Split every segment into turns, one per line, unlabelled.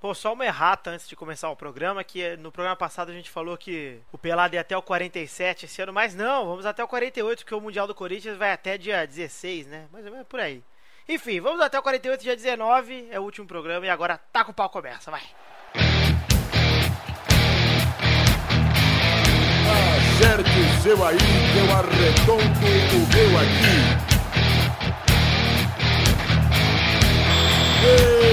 Pô, só uma errata antes de começar o programa, que é, no programa passado a gente falou que o Pelado ia até o 47 esse ano, mas não, vamos até o 48, porque o Mundial do Corinthians vai até dia 16, né? Mais ou menos por aí. Enfim, vamos até o 48, dia 19, é o último programa, e agora taca o pau começa, vai!
Acerte o seu aí, que eu arredondo o meu aqui.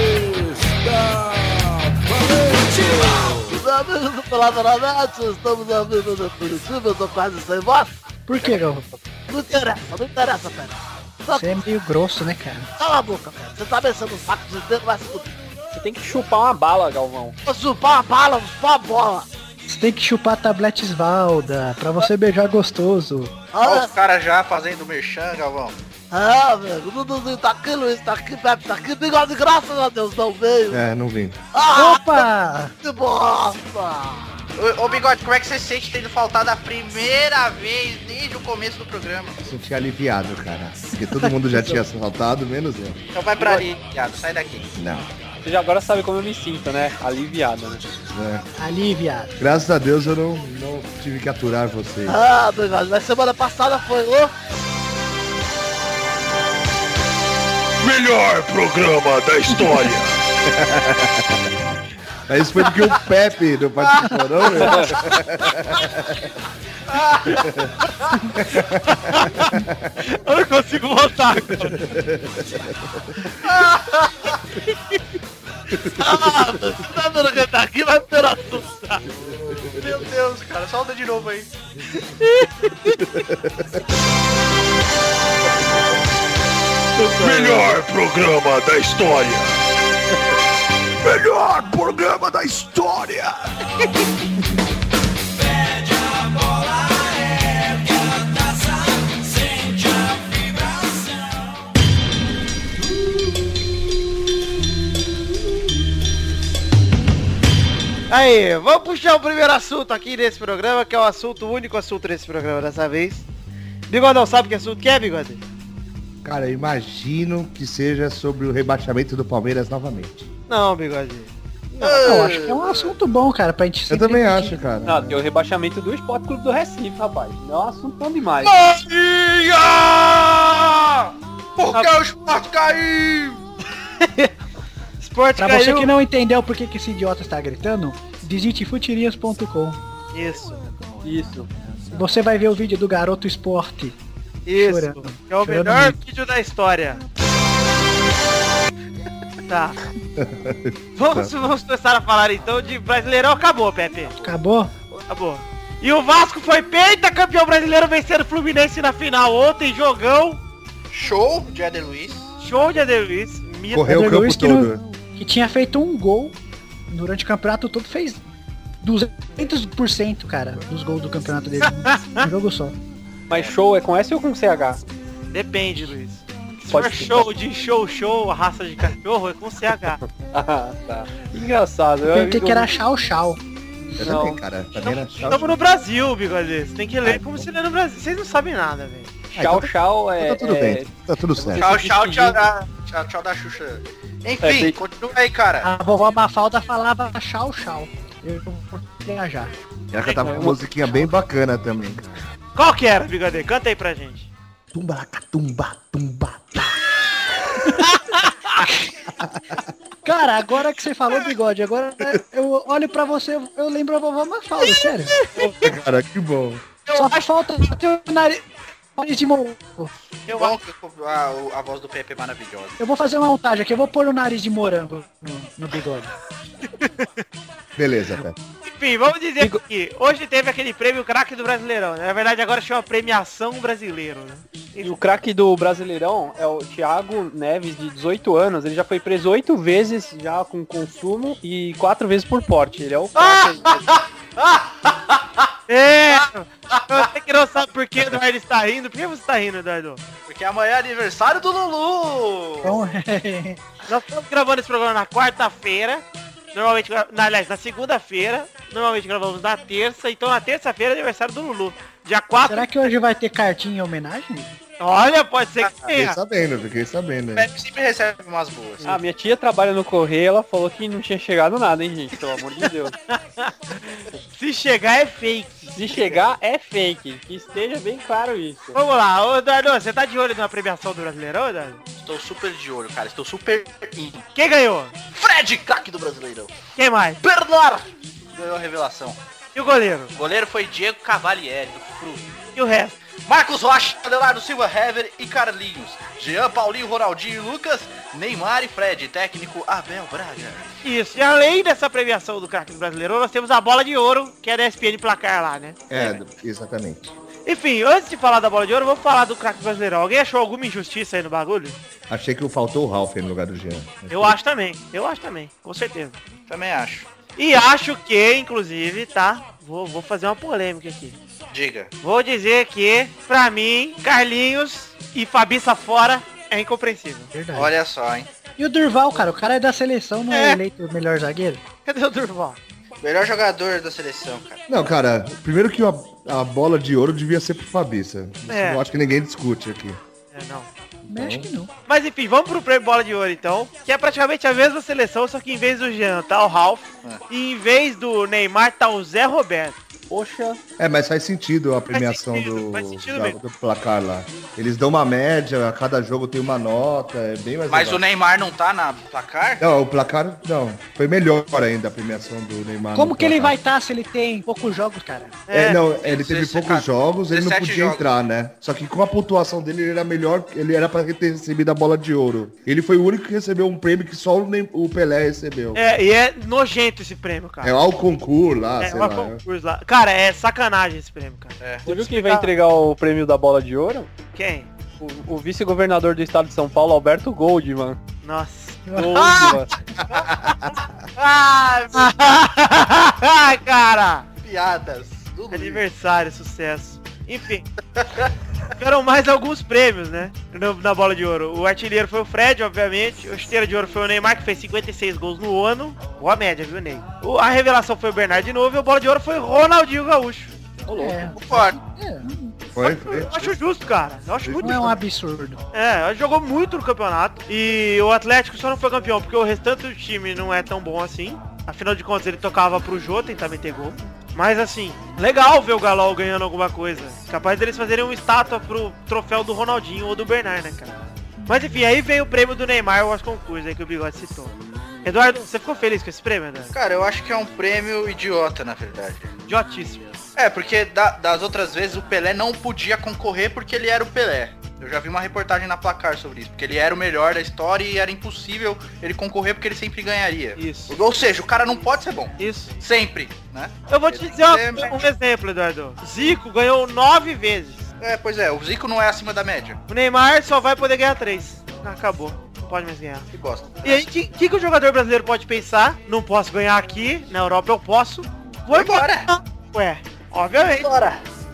Está valente!
Meus amigos do Pelada na Net, estamos ao vivo no Curitiba, eu tô quase sem voz.
Por que, Galvão?
Não interessa, não interessa, pera. Só
Você é meio grosso, né, cara?
cala a boca, pera. Você tá mexendo o saco de dedo, vai se fuder.
Você tem que chupar uma bala, Galvão.
Vou chupar a bala, vou chupar a bola.
Você tem que chupar tabletes Valda pra você beijar gostoso.
Olha
Ah,
os caras já fazendo merchan, Galvão.
ah, velho, o Duduzinho tá aqui, Luiz tá aqui, Pepe tá aqui, bigode, graças a Deus, não veio.
É, não vim.
Ah,
Opa!
que bosta.
Ô, ô, Bigode, como é que você se sente tendo faltado a primeira vez desde o começo do programa?
Senti aliviado, cara. Porque todo mundo já tinha assaltado, menos eu.
Então vai pra ali, viado, sai daqui.
Não.
Você já agora sabe como eu me sinto, né? Aliviado, né?
né?
Ali, viado.
Graças a Deus eu não, não tive que aturar vocês.
Ah, bigode, mas semana passada foi louco.
Melhor programa da história.
Mas isso foi porque o Pepe não participou, não, né? meu?
Eu não consigo voltar.
Ah, você tá vendo que tá aqui, vai ter assunto.
Meu Deus, cara, solta de novo aí.
Melhor programa da história. Melhor programa da história.
Aí, vamos puxar o primeiro assunto aqui nesse programa, que é o assunto, o único assunto desse programa dessa vez. Bigodão, sabe que assunto que é, Bigode?
Cara, eu imagino que seja sobre o rebaixamento do Palmeiras novamente.
Não, Bigode.
Eu acho que é um assunto bom, cara, pra gente
Eu
sempre-
também acho, cara.
Não, tem é o rebaixamento do Esporte Clube do Recife, rapaz. Não é um assunto bom demais.
Bahia! Por que o esporte caiu?
Esporte
Pra
caiu.
você que não entendeu por que, que esse idiota está gritando, visite futirias.com.
Isso,
Isso.
Você vai ver o vídeo do garoto esporte.
isso.
Chorando.
É o
Chorando
melhor
muito.
vídeo da história. tá. Vamos, vamos começar a falar então de Brasileirão. Acabou, Pepe.
Acabou?
Acabou. E o Vasco foi peita campeão brasileiro vencendo o Fluminense na final ontem, jogão.
Show de Eder Luiz.
Show de Adel Luiz. Mito.
Correu o
Rodrigo
campo
Luiz que
todo.
Que tinha feito um gol durante o campeonato todo, fez 200%, cara, dos gols do campeonato dele. um jogo só.
Mas show é com S ou com CH?
Depende, Luiz. Se
Pode
for
ser.
show de show, show, a raça de cachorro é com CH.
Ah, tá. Engraçado. Eu
Tem que era chau chau.
Eu
Não.
também, cara. Também era chato.
Estamos no Brasil, bigode. Você tem que ler como se lê no Brasil. Vocês não sabem nada, velho.
Chau, chau é...
Tá tudo
é-
bem. Tá tudo certo.
Tchau, tchau, tchau da, tchau, tchau da Xuxa.
É,
Enfim,
tem-
continua aí, cara.
A vovó Mafalda falava chau chau. Eu vou viajar.
Ela cantava uma musiquinha bem bacana também. cara.
Qual que era, bigode? Canta aí pra gente.
Tumba, laca, tumba, tumba. tá.
Cara, agora que você falou bigode, agora eu olho pra você, eu lembro a vovó Mafalda, sério.
Cara, que bom.
Só falta ter o nariz nariz de morango.
Eu Bom, que eu- a, o- a voz do Pepe é maravilhosa.
Eu vou fazer uma montagem aqui, eu vou pôr o nariz de morango no, no bigode.
Beleza, cara.
Enfim, vamos dizer que hoje teve aquele prêmio craque do Brasileirão. Né? Na verdade, agora chama Premiação Brasileiro. Né?
E o craque do Brasileirão é o Thiago Neves, de 18 anos. Ele já foi preso oito vezes, já com consumo, e quatro vezes por porte.
Ah!
Ele é o craque.
É! Você que não sabe por que o Eduardo está rindo. Por que você está rindo, Eduardo?
Porque amanhã é aniversário do Lulu.
Então,
Nós estamos gravando esse programa na quarta-feira. Normalmente, gra- na, aliás, na segunda-feira. Normalmente gravamos na terça. Então, na terça-feira é aniversário do Lulu. Dia 4
será que hoje vai ter cartinha em homenagem?
Olha, pode ser
Ah,
que
Fiquei
tenha.
sabendo, fiquei sabendo.
É.
aí.
Pepe sempre recebe umas boas.
Ah, minha tia trabalha no correio, ela falou que não tinha chegado nada, hein, gente? Pelo amor de Deus.
Se chegar é fake.
Se chegar, é fake. Que esteja bem claro isso.
Vamos lá, ô Eduardo, você tá de olho na premiação do Brasileirão, Eduardo?
Estou super de olho, cara. Estou super in.
Quem ganhou?
Fred, craque do Brasileirão.
Quem mais?
Bernard ganhou a revelação.
E o goleiro?
O goleiro foi Diego Cavalieri, do Fru.
E o resto?
Marcos Rocha, Leonardo Silva, Hever e Carlinhos. Jean, Paulinho, Ronaldinho e Lucas. Neymar e Fred, técnico Abel Braga.
Isso. E além dessa premiação do craque do Brasileirão, nós temos a bola de ouro, que é da SPN Placar lá, né?
É, exatamente.
Enfim, antes de falar da bola de ouro, vamos falar do craque do Brasileirão. Alguém achou alguma injustiça aí no bagulho?
Achei que faltou o Ralph no lugar do Jean.
Eu acho também. Eu acho também, com certeza.
Também acho.
E acho que, inclusive, tá? Vou, vou fazer uma polêmica aqui.
Diga.
Vou dizer que, pra mim, Carlinhos e Fabiça fora é incompreensível.
Verdade.
Olha só, hein.
E o Durval, cara, o cara é da seleção, não é,
É.
eleito o melhor zagueiro?
Cadê o Durval?
Melhor jogador da seleção, cara.
Não, cara, primeiro que a, a bola de ouro devia ser pro Fabiça.
É.
Eu acho que ninguém discute aqui.
É, não.
Eu Acho que não.
Mas enfim, vamos pro prêmio Bola de Ouro então, que é praticamente a mesma seleção, só que em vez do Jean tá o Ralf, e em vez do Neymar tá o Zé Roberto.
Poxa,
É, mas faz sentido a premiação
sentido, faz
do,
sentido
da-
mesmo.
do placar lá. Eles dão uma média, a cada jogo tem uma nota, é bem mais
Mas o
legal.
Neymar não tá na placar?
Não, o placar, não. Foi melhor ainda a premiação do Neymar.
Como
no
que ele vai
placar.
estar se ele tem poucos jogos, cara?
É,
É,
não, ele teve
17
poucos jogos, ele não
17
podia
jogos.
entrar, né? Só que com a pontuação dele, ele era melhor, ele era pra ter recebido a bola de ouro. Ele foi o único que recebeu um prêmio que só o, Ney- o Pelé recebeu. É,
É, e é nojento esse prêmio, cara.
ao concurso lá,
É,
sei
uma
lá. né?
concurso lá. Cara, é sacanagem esse prêmio, cara.
você viu quem vai entregar o prêmio da bola de ouro?
Quem?
O, o vice-governador do estado de São Paulo, Alberto Goldman.
Nossa.
Goldman.
Ah, cara!
Piadas. do Luiz.
Aniversário, sucesso. Enfim. Ficaram mais alguns prêmios, né? no- Na bola de ouro. O artilheiro foi o Fred, obviamente. O chuteiro de ouro foi o Neymar, que fez 56 gols no ano. Boa média, viu, Ney? O- a revelação foi o Bernard de novo. E a bola de ouro foi o Ronaldinho Gaúcho.
É,
Concordo.
Foi, foi.
Eu acho justo, cara. Eu acho muito
Não é um
justo.
absurdo.
É, ele jogou muito no campeonato. E o Atlético só não foi campeão, porque o restante do time não é tão bom assim. Afinal de contas, ele tocava pro Jô tentar meter gol. Mas assim, legal ver o Galol ganhando alguma coisa. Capaz deles fazerem uma estátua pro troféu do Ronaldinho ou do Bernard, né, cara? Mas enfim, aí veio o prêmio do Neymar, o concursos aí que o Bigode citou. Eduardo, você ficou feliz com esse prêmio, Eduardo?
Cara, eu acho que é um prêmio idiota, na verdade.
Idiotíssimo.
É, porque da- das outras vezes o Pelé não podia concorrer porque ele era o Pelé. Eu já vi uma reportagem na placar sobre isso, porque ele era o melhor da história e era impossível ele concorrer porque ele sempre ganharia.
Isso.
Ou seja, o cara não pode ser bom.
Isso.
Sempre, né?
Eu vou te dizer uma- um exemplo, Eduardo. Zico ganhou nove vezes.
É, pois é, o Zico não é acima da média.
O Neymar só vai poder ganhar três. Ah, Acabou. Não pode mais ganhar.
Que gosta.
E aí, o que, que, que o jogador brasileiro pode pensar? Não posso ganhar aqui, na Europa eu posso. Vou
Vai
embora.
embora.
Ué, obviamente.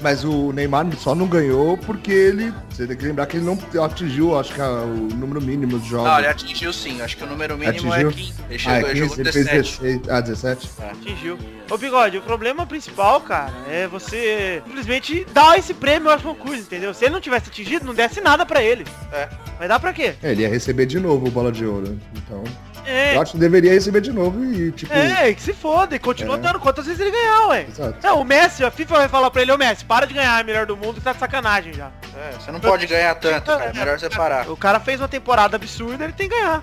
Mas o Neymar só não ganhou porque ele. Você tem que lembrar que ele não atingiu, acho que a- o número mínimo de jogos.
Não, ele atingiu sim, acho que o número mínimo
Atingiu?
é 15. Ele
ah, é
chegou, ele
15,
jogou
ele fez
17.
16. Ah, 17?
Atingiu. Ô Bigode, o problema principal, cara, é você simplesmente dar esse prêmio ao concurso, entendeu? Se ele não tivesse atingido, não desse nada pra ele.
É.
Vai dar pra quê?
É, ele ia receber de novo o bola de ouro. Então,
É,
eu acho que deveria receber de novo e, tipo.
é, que se foda, e continua
É.
dando quantas vezes ele ganhar, ué.
Exato.
É, o Messi, a FIFA vai falar pra ele, ô Messi, para de ganhar, é melhor do mundo, que tá de sacanagem já.
É, você não pode ganhar tanto, cara. É melhor você parar.
O cara fez uma temporada absurda, ele tem que ganhar.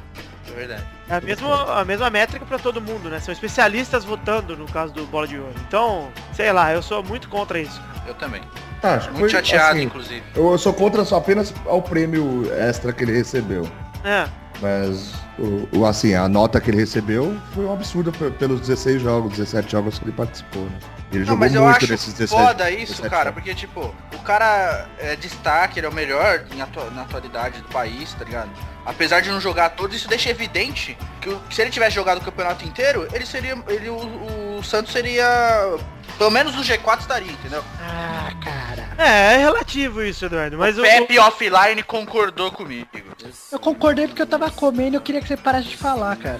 É verdade.
É a mesma, a mesma métrica pra todo mundo, né? São especialistas votando no caso do Bola de Ouro. Então, sei lá, eu sou muito contra isso.
Eu também.
Tá, acho que
Muito
foi,
chateado,
assim,
inclusive.
eu, eu sou contra só apenas ao prêmio extra que ele recebeu.
É,
Mas, o, o- assim, a nota que ele recebeu foi um absurdo pe- pelos 16 jogos, 17 jogos que ele participou, né? Ele
Não,
jogou
mas eu
muito
acho
nesses 17
foda isso,
17
cara,
jogos.
porque, tipo, o cara é destaque, ele é o melhor em atua- na atualidade do país, tá ligado? Apesar de não jogar todos, isso deixa evidente que, o- que se ele tivesse jogado o campeonato inteiro, ele seria. Ele, o, o Santos seria. Pelo menos no G4 estaria, entendeu?
Ah, cara.
é, é relativo isso, Eduardo. Mas o.
Pepe Offline concordou comigo.
Eu concordei porque eu tava comendo e eu queria que você parasse de falar, cara.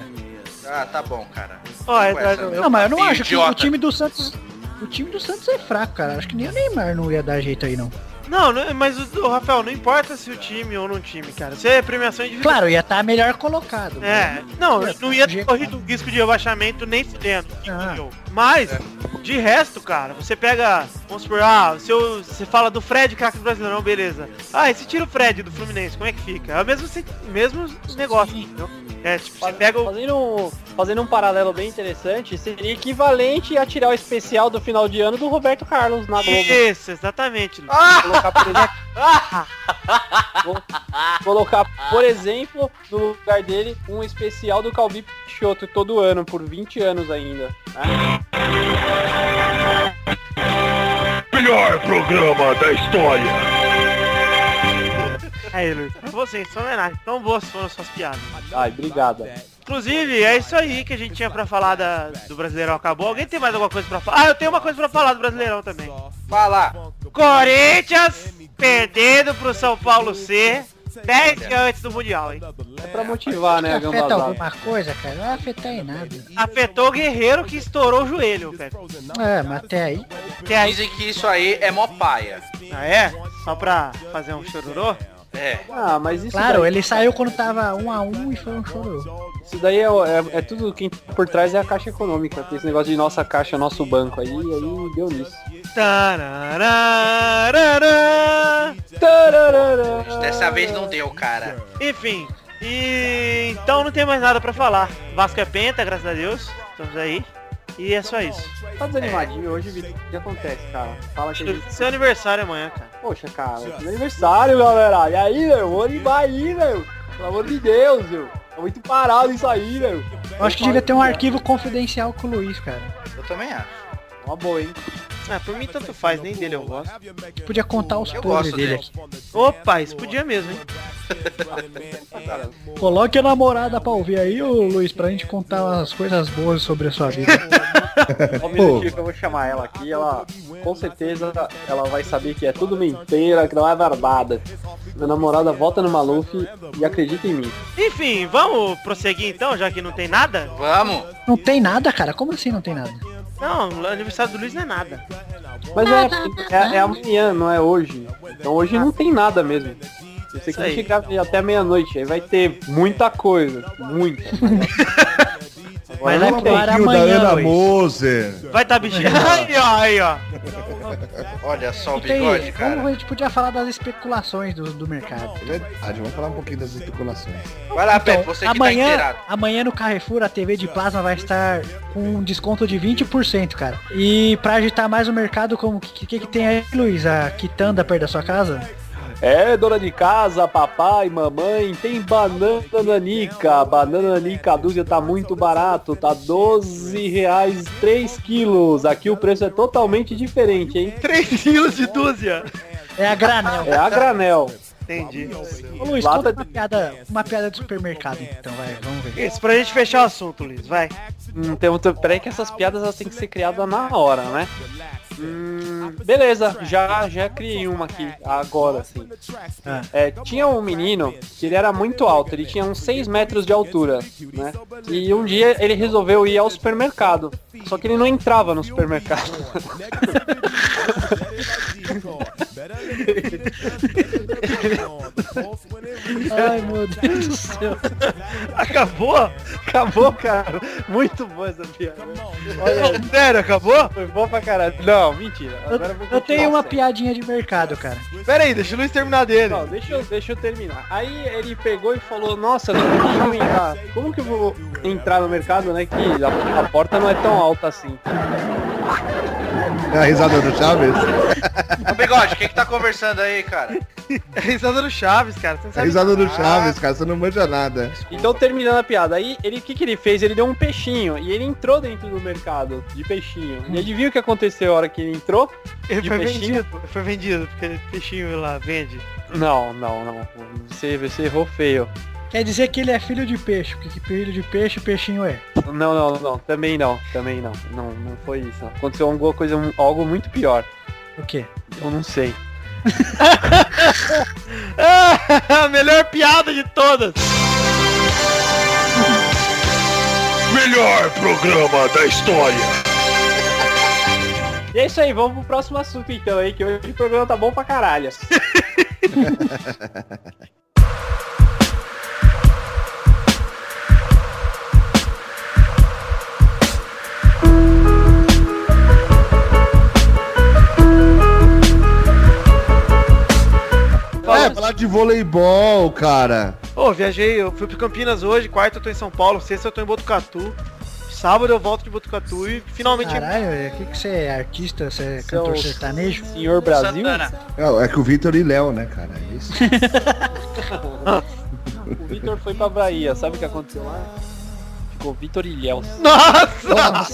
Ah, tá bom, cara.
Ó,
Não
é,
né?
Eduardo,
conversa,
eu-
não, mas eu não
Sim,
acho que o
idiota.
time do Santos. O time do Santos é fraco, cara. Acho que nem o Neymar não ia dar jeito aí, não.
Não, não- mas o, o Rafael, não importa se o time ou não time, cara. Isso é premiação individual.
Claro, ia estar melhor colocado.
É,
mas-
não,
Ia-
não ia
G-
correr o risco de rebaixamento nem fudendo. que
Ah.
entendeu? Mas, de resto, cara, você pega, vamos supor, ah, se eu- você fala do Fred, craque do Brasileirão, beleza. Ah, e se tira o Fred do Fluminense, como é que fica? É o mesmo, se- mesmo negócio, entendeu? É, tipo, você
Faz-
pega o...
Fazendo um, fazendo um paralelo bem interessante, seria equivalente a tirar o especial do final de ano do Roberto Carlos na Globo.
Isso, exatamente. Lu.
Colocar, por exemplo, Vou- colocar, por exemplo, no lugar dele, um especial do Calbi Peixoto todo ano, por 20 anos ainda. né?
Melhor programa da história.
Aí, Luiz, pra vocês, só homenagem. Tão boas foram suas piadas.
Ai, obrigada.
Inclusive, é isso aí que a gente tinha pra falar da- do Brasileirão. Acabou. Alguém tem mais alguma coisa pra falar? Ah, eu tenho uma coisa pra falar do Brasileirão também.
Fala.
Corinthians perdendo pro São Paulo C 10 dias antes do Mundial, hein?
É pra motivar, né,
afeta
Gambazada?
alguma coisa, cara? Não vai afetar em nada.
Afetou o Guerreiro que estourou o joelho, cara.
É, mas até aí.
Que aí...
Dizem que isso aí é mó paia.
Ah, é? Só pra fazer um chororô?
É.
Ah, mas isso
Claro,
daí-
ele saiu quando tava um a um e foi um chororô.
Isso daí é, o- é- é tudo quem tá por trás é a caixa econômica. Tem esse negócio de nossa caixa, nosso banco aí, aí deu nisso.
Tararararã.
Tararara.
Dessa vez não deu, cara.
Enfim. E então não tem mais nada pra falar. Vasco é penta, graças a Deus. Estamos aí. E é só isso.
Tá desanimadinho hoje, Vitor. O que acontece, cara? Fala que a gente...
Seu aniversário é amanhã, cara.
Poxa, cara, meu aniversário, galera. E aí, meu? Vou animar aí, meu. Pelo amor de Deus, meu. Tá muito parado isso aí, meu.
Eu acho que devia ter um arquivo confidencial com o Luiz, cara.
Eu também acho.
Uma boa, hein?
Ah, por mim tanto faz, nem dele eu gosto.
Podia contar os
Eu
podres
gosto
dele
dele.
aqui.
Opa, isso podia mesmo, hein?
Coloque a namorada pra ouvir aí, ô Luiz, pra gente contar as coisas boas sobre a sua vida.
Só um minutinho que eu vou chamar ela aqui. Ela, com certeza, ela vai saber que é tudo mentira, que não é verdade. Meu namorada volta no Maluf e acredita em mim.
Enfim, vamos prosseguir então, já que não tem nada?
Vamos.
Não tem nada, cara? Como assim não tem nada?
Não, o aniversário do Luiz não é nada.
Mas é, é, é amanhã, não é hoje. Então hoje não tem nada mesmo. Eu sei que vai
aí.
chegar até meia-noite, aí vai ter muita coisa. Muita.
Mas
Mas
não
não
é
tem.
Para
Tio da
amanhã,
Ana
Luiz.
Moser.
Vai tá bichinho. aí, ó, aí, ó.
Olha só o
Fica aí,
bigode,
como
cara.
a gente podia falar das especulações do, do mercado.
Verdade, vamos falar um pouquinho das especulações.
Vai lá, Pepe, você que tá
então. amanhã,
inteirado.
amanhã no Carrefour a TV de plasma vai estar com um desconto de 20%, cara. E pra agitar mais o mercado, como que, que, que tem aí, Luiz? A quitanda perto da sua casa?
É, dona de casa, papai, mamãe, tem banana nanica. Banana nanica, a dúzia tá muito barato, tá 12 reais 3 quilos. Aqui o preço é totalmente diferente, hein?
3 quilos de dúzia.
É a granel.
É a granel.
Entendi.
Ô, Luiz,
Lata
conta
de-
uma piada, uma piada do supermercado, então, vai, vamos ver.
Isso, pra gente fechar o assunto, Luiz, vai.
Hum, tem outra... Peraí que essas piadas elas têm que ser criadas na hora, né? Hum, beleza, já, já criei uma aqui, agora, assim.
Ah.
É, tinha um menino que ele era muito alto, ele tinha uns 6 metros de altura, né? E um dia ele resolveu ir ao supermercado, só que ele não entrava no supermercado.
Ai, meu Deus do céu.
Acabou?
Acabou, cara. Muito boa essa piada. Olha,
Sério, acabou?
foi boa pra caralho. Não, mentira.
Eu,
Agora eu vou
eu tenho
continuar
uma
sério.
piadinha de mercado, cara.
Pera aí, deixa o Luiz terminar dele.
Não, deixa eu, deixa eu terminar. Aí ele pegou e falou, nossa, como que eu vou entrar? Como que eu vou entrar no mercado, né? Que a, a porta não é tão alta assim.
É a risada do Chaves?
Ô, bigode, quem que tá conversando aí, cara?
É risada do Chaves, cara. Você não
É a
sabe.
risada do Chaves, cara, você não manja nada.
Então terminando a piada, aí ele o que, que ele fez? Ele deu um peixinho e ele entrou dentro do mercado de peixinho. E adivinha o que aconteceu a hora que ele entrou?
Ele
de
foi
peixinho?
vendido. Foi vendido, porque peixinho lá vende.
Não, não, não. Você, você errou feio.
Quer dizer que ele é filho de peixe, porque filho de peixe, peixinho é.
Não, não, não. Também não. Também não. Não, não foi isso. Aconteceu alguma coisa, algo muito pior.
O quê?
Eu não sei.
Ah, melhor piada de todas.
Melhor programa da história.
E é isso aí, vamos pro próximo assunto então aí, que hoje o programa tá bom pra caralho.
É, falar de voleibol, cara.
Ô, viajei, eu fui pra Campinas hoje, quarta eu tô em São Paulo, sexta eu tô em Botucatu, sábado eu volto de Botucatu e finalmente...
Caralho, o que, que você é? Artista? Você é cantor
Sou-
sertanejo?
Senhor Brasil?
Santana.
É, é que o Vitor e Léo, né, cara? É isso.
O Vitor foi pra Bahia, sabe o que aconteceu lá? Ficou Vitor Ilhéus.
Nossa!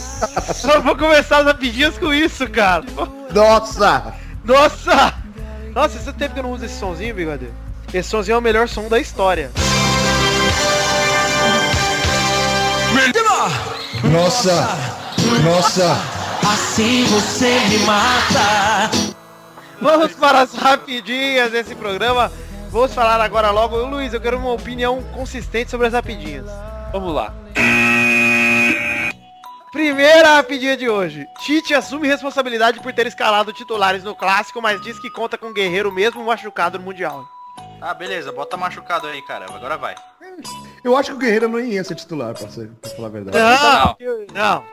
Só vou começar as rapidinhas com isso, cara.
Nossa!
Nossa! Nossa, isso tempo que eu não uso esse sonzinho, Brigadeiro. Esse sonzinho é o melhor som da história.
Nossa! Nossa!
Vamos para as rapidinhas desse programa. Vamos falar agora logo. Ô, Luiz, eu quero uma opinião consistente sobre as rapidinhas.
Vamos lá.
Primeira rapidinha de hoje. Tite assume responsabilidade por ter escalado titulares no clássico, mas diz que conta
um
com Guerreiro mesmo machucado no Mundial.
Ah, beleza, bota machucado aí, cara. Agora vai.
Eu acho que o Guerreiro não ia ser titular, pra, ser- pra falar a verdade.
Não,
Não.
não.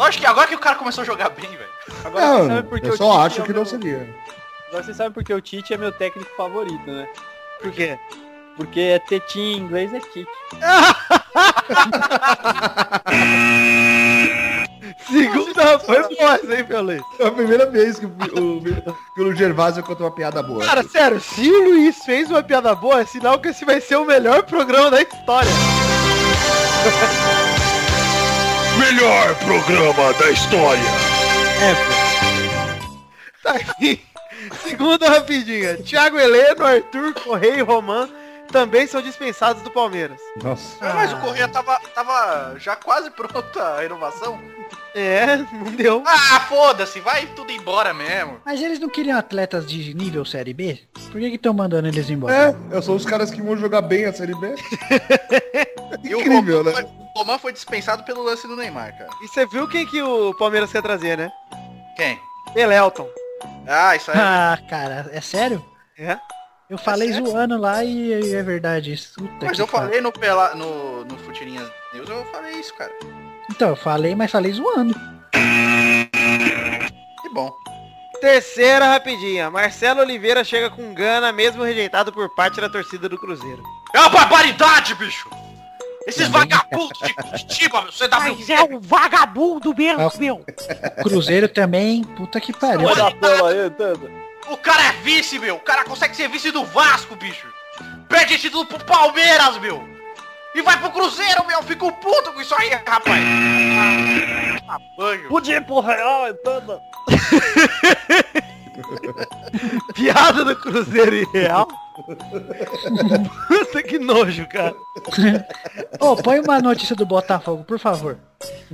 Lógico que agora que o cara começou a jogar bem, velho.
Agora você
Não,
É, sabe porque o
eu
Tite
só acho
é o
que
meu-
não seria.
Agora você sabe porque o Tite é meu técnico favorito, né?
Por quê?
Porque é tetinha em inglês é kick.
Segunda foi boa, hein, meu Luiz?
É a primeira vez que o, o, que o Gervásio contou uma piada boa.
Cara, sério, se o Luiz fez uma piada boa, é sinal que esse vai ser o melhor programa da história.
Melhor programa da história.
Tá aqui. Segunda rapidinha. Thiago Heleno, Arthur, Correia e Roman também são dispensados do Palmeiras.
Nossa.
Ah, Mas o Correia tava, tava já quase pronta a renovação.
É, não deu.
Ah, foda-se, vai tudo embora mesmo.
Mas eles não queriam atletas de nível Série B? Por que estão mandando eles embora?
É, eu sou os caras que vão jogar bem a Série B.
E o
Incrível,
Roman
né?
foi- o Roman foi dispensado pelo lance do Neymar, cara.
E você viu quem que o Palmeiras quer trazer, né?
Quem?
Elelton.
Ah, isso aí.
Ah, cara, é sério?
É?
Eu falei
sério?
zoando lá e, e é verdade isso. Puta
Mas
que
eu
pariu.
falei no, pela, no, no Futirinhas News, eu falei isso, cara.
Então, eu falei, mas falei zoando.
Que bom.
Terceira rapidinha. Marcelo Oliveira chega com Gana, mesmo rejeitado por parte da torcida do Cruzeiro.
É uma barbaridade, bicho! Esses
Também.
vagabundos de Curitiba, você dá
Mas é um vagabundo mesmo, meu.
Cruzeiro também, puta que pariu.
Olha a bola Ah, aí, Tanda.
O cara é vice, meu! O cara consegue ser vice do Vasco, bicho! Perde título pro Palmeiras, meu! E vai pro Cruzeiro, meu! Fico puto com isso aí, rapaz! Ah, banho!
Podia ir pro Real, Tanda.
Piada do Cruzeiro e Real. Puta que nojo, cara.
Ô, põe uma notícia do Botafogo, por favor.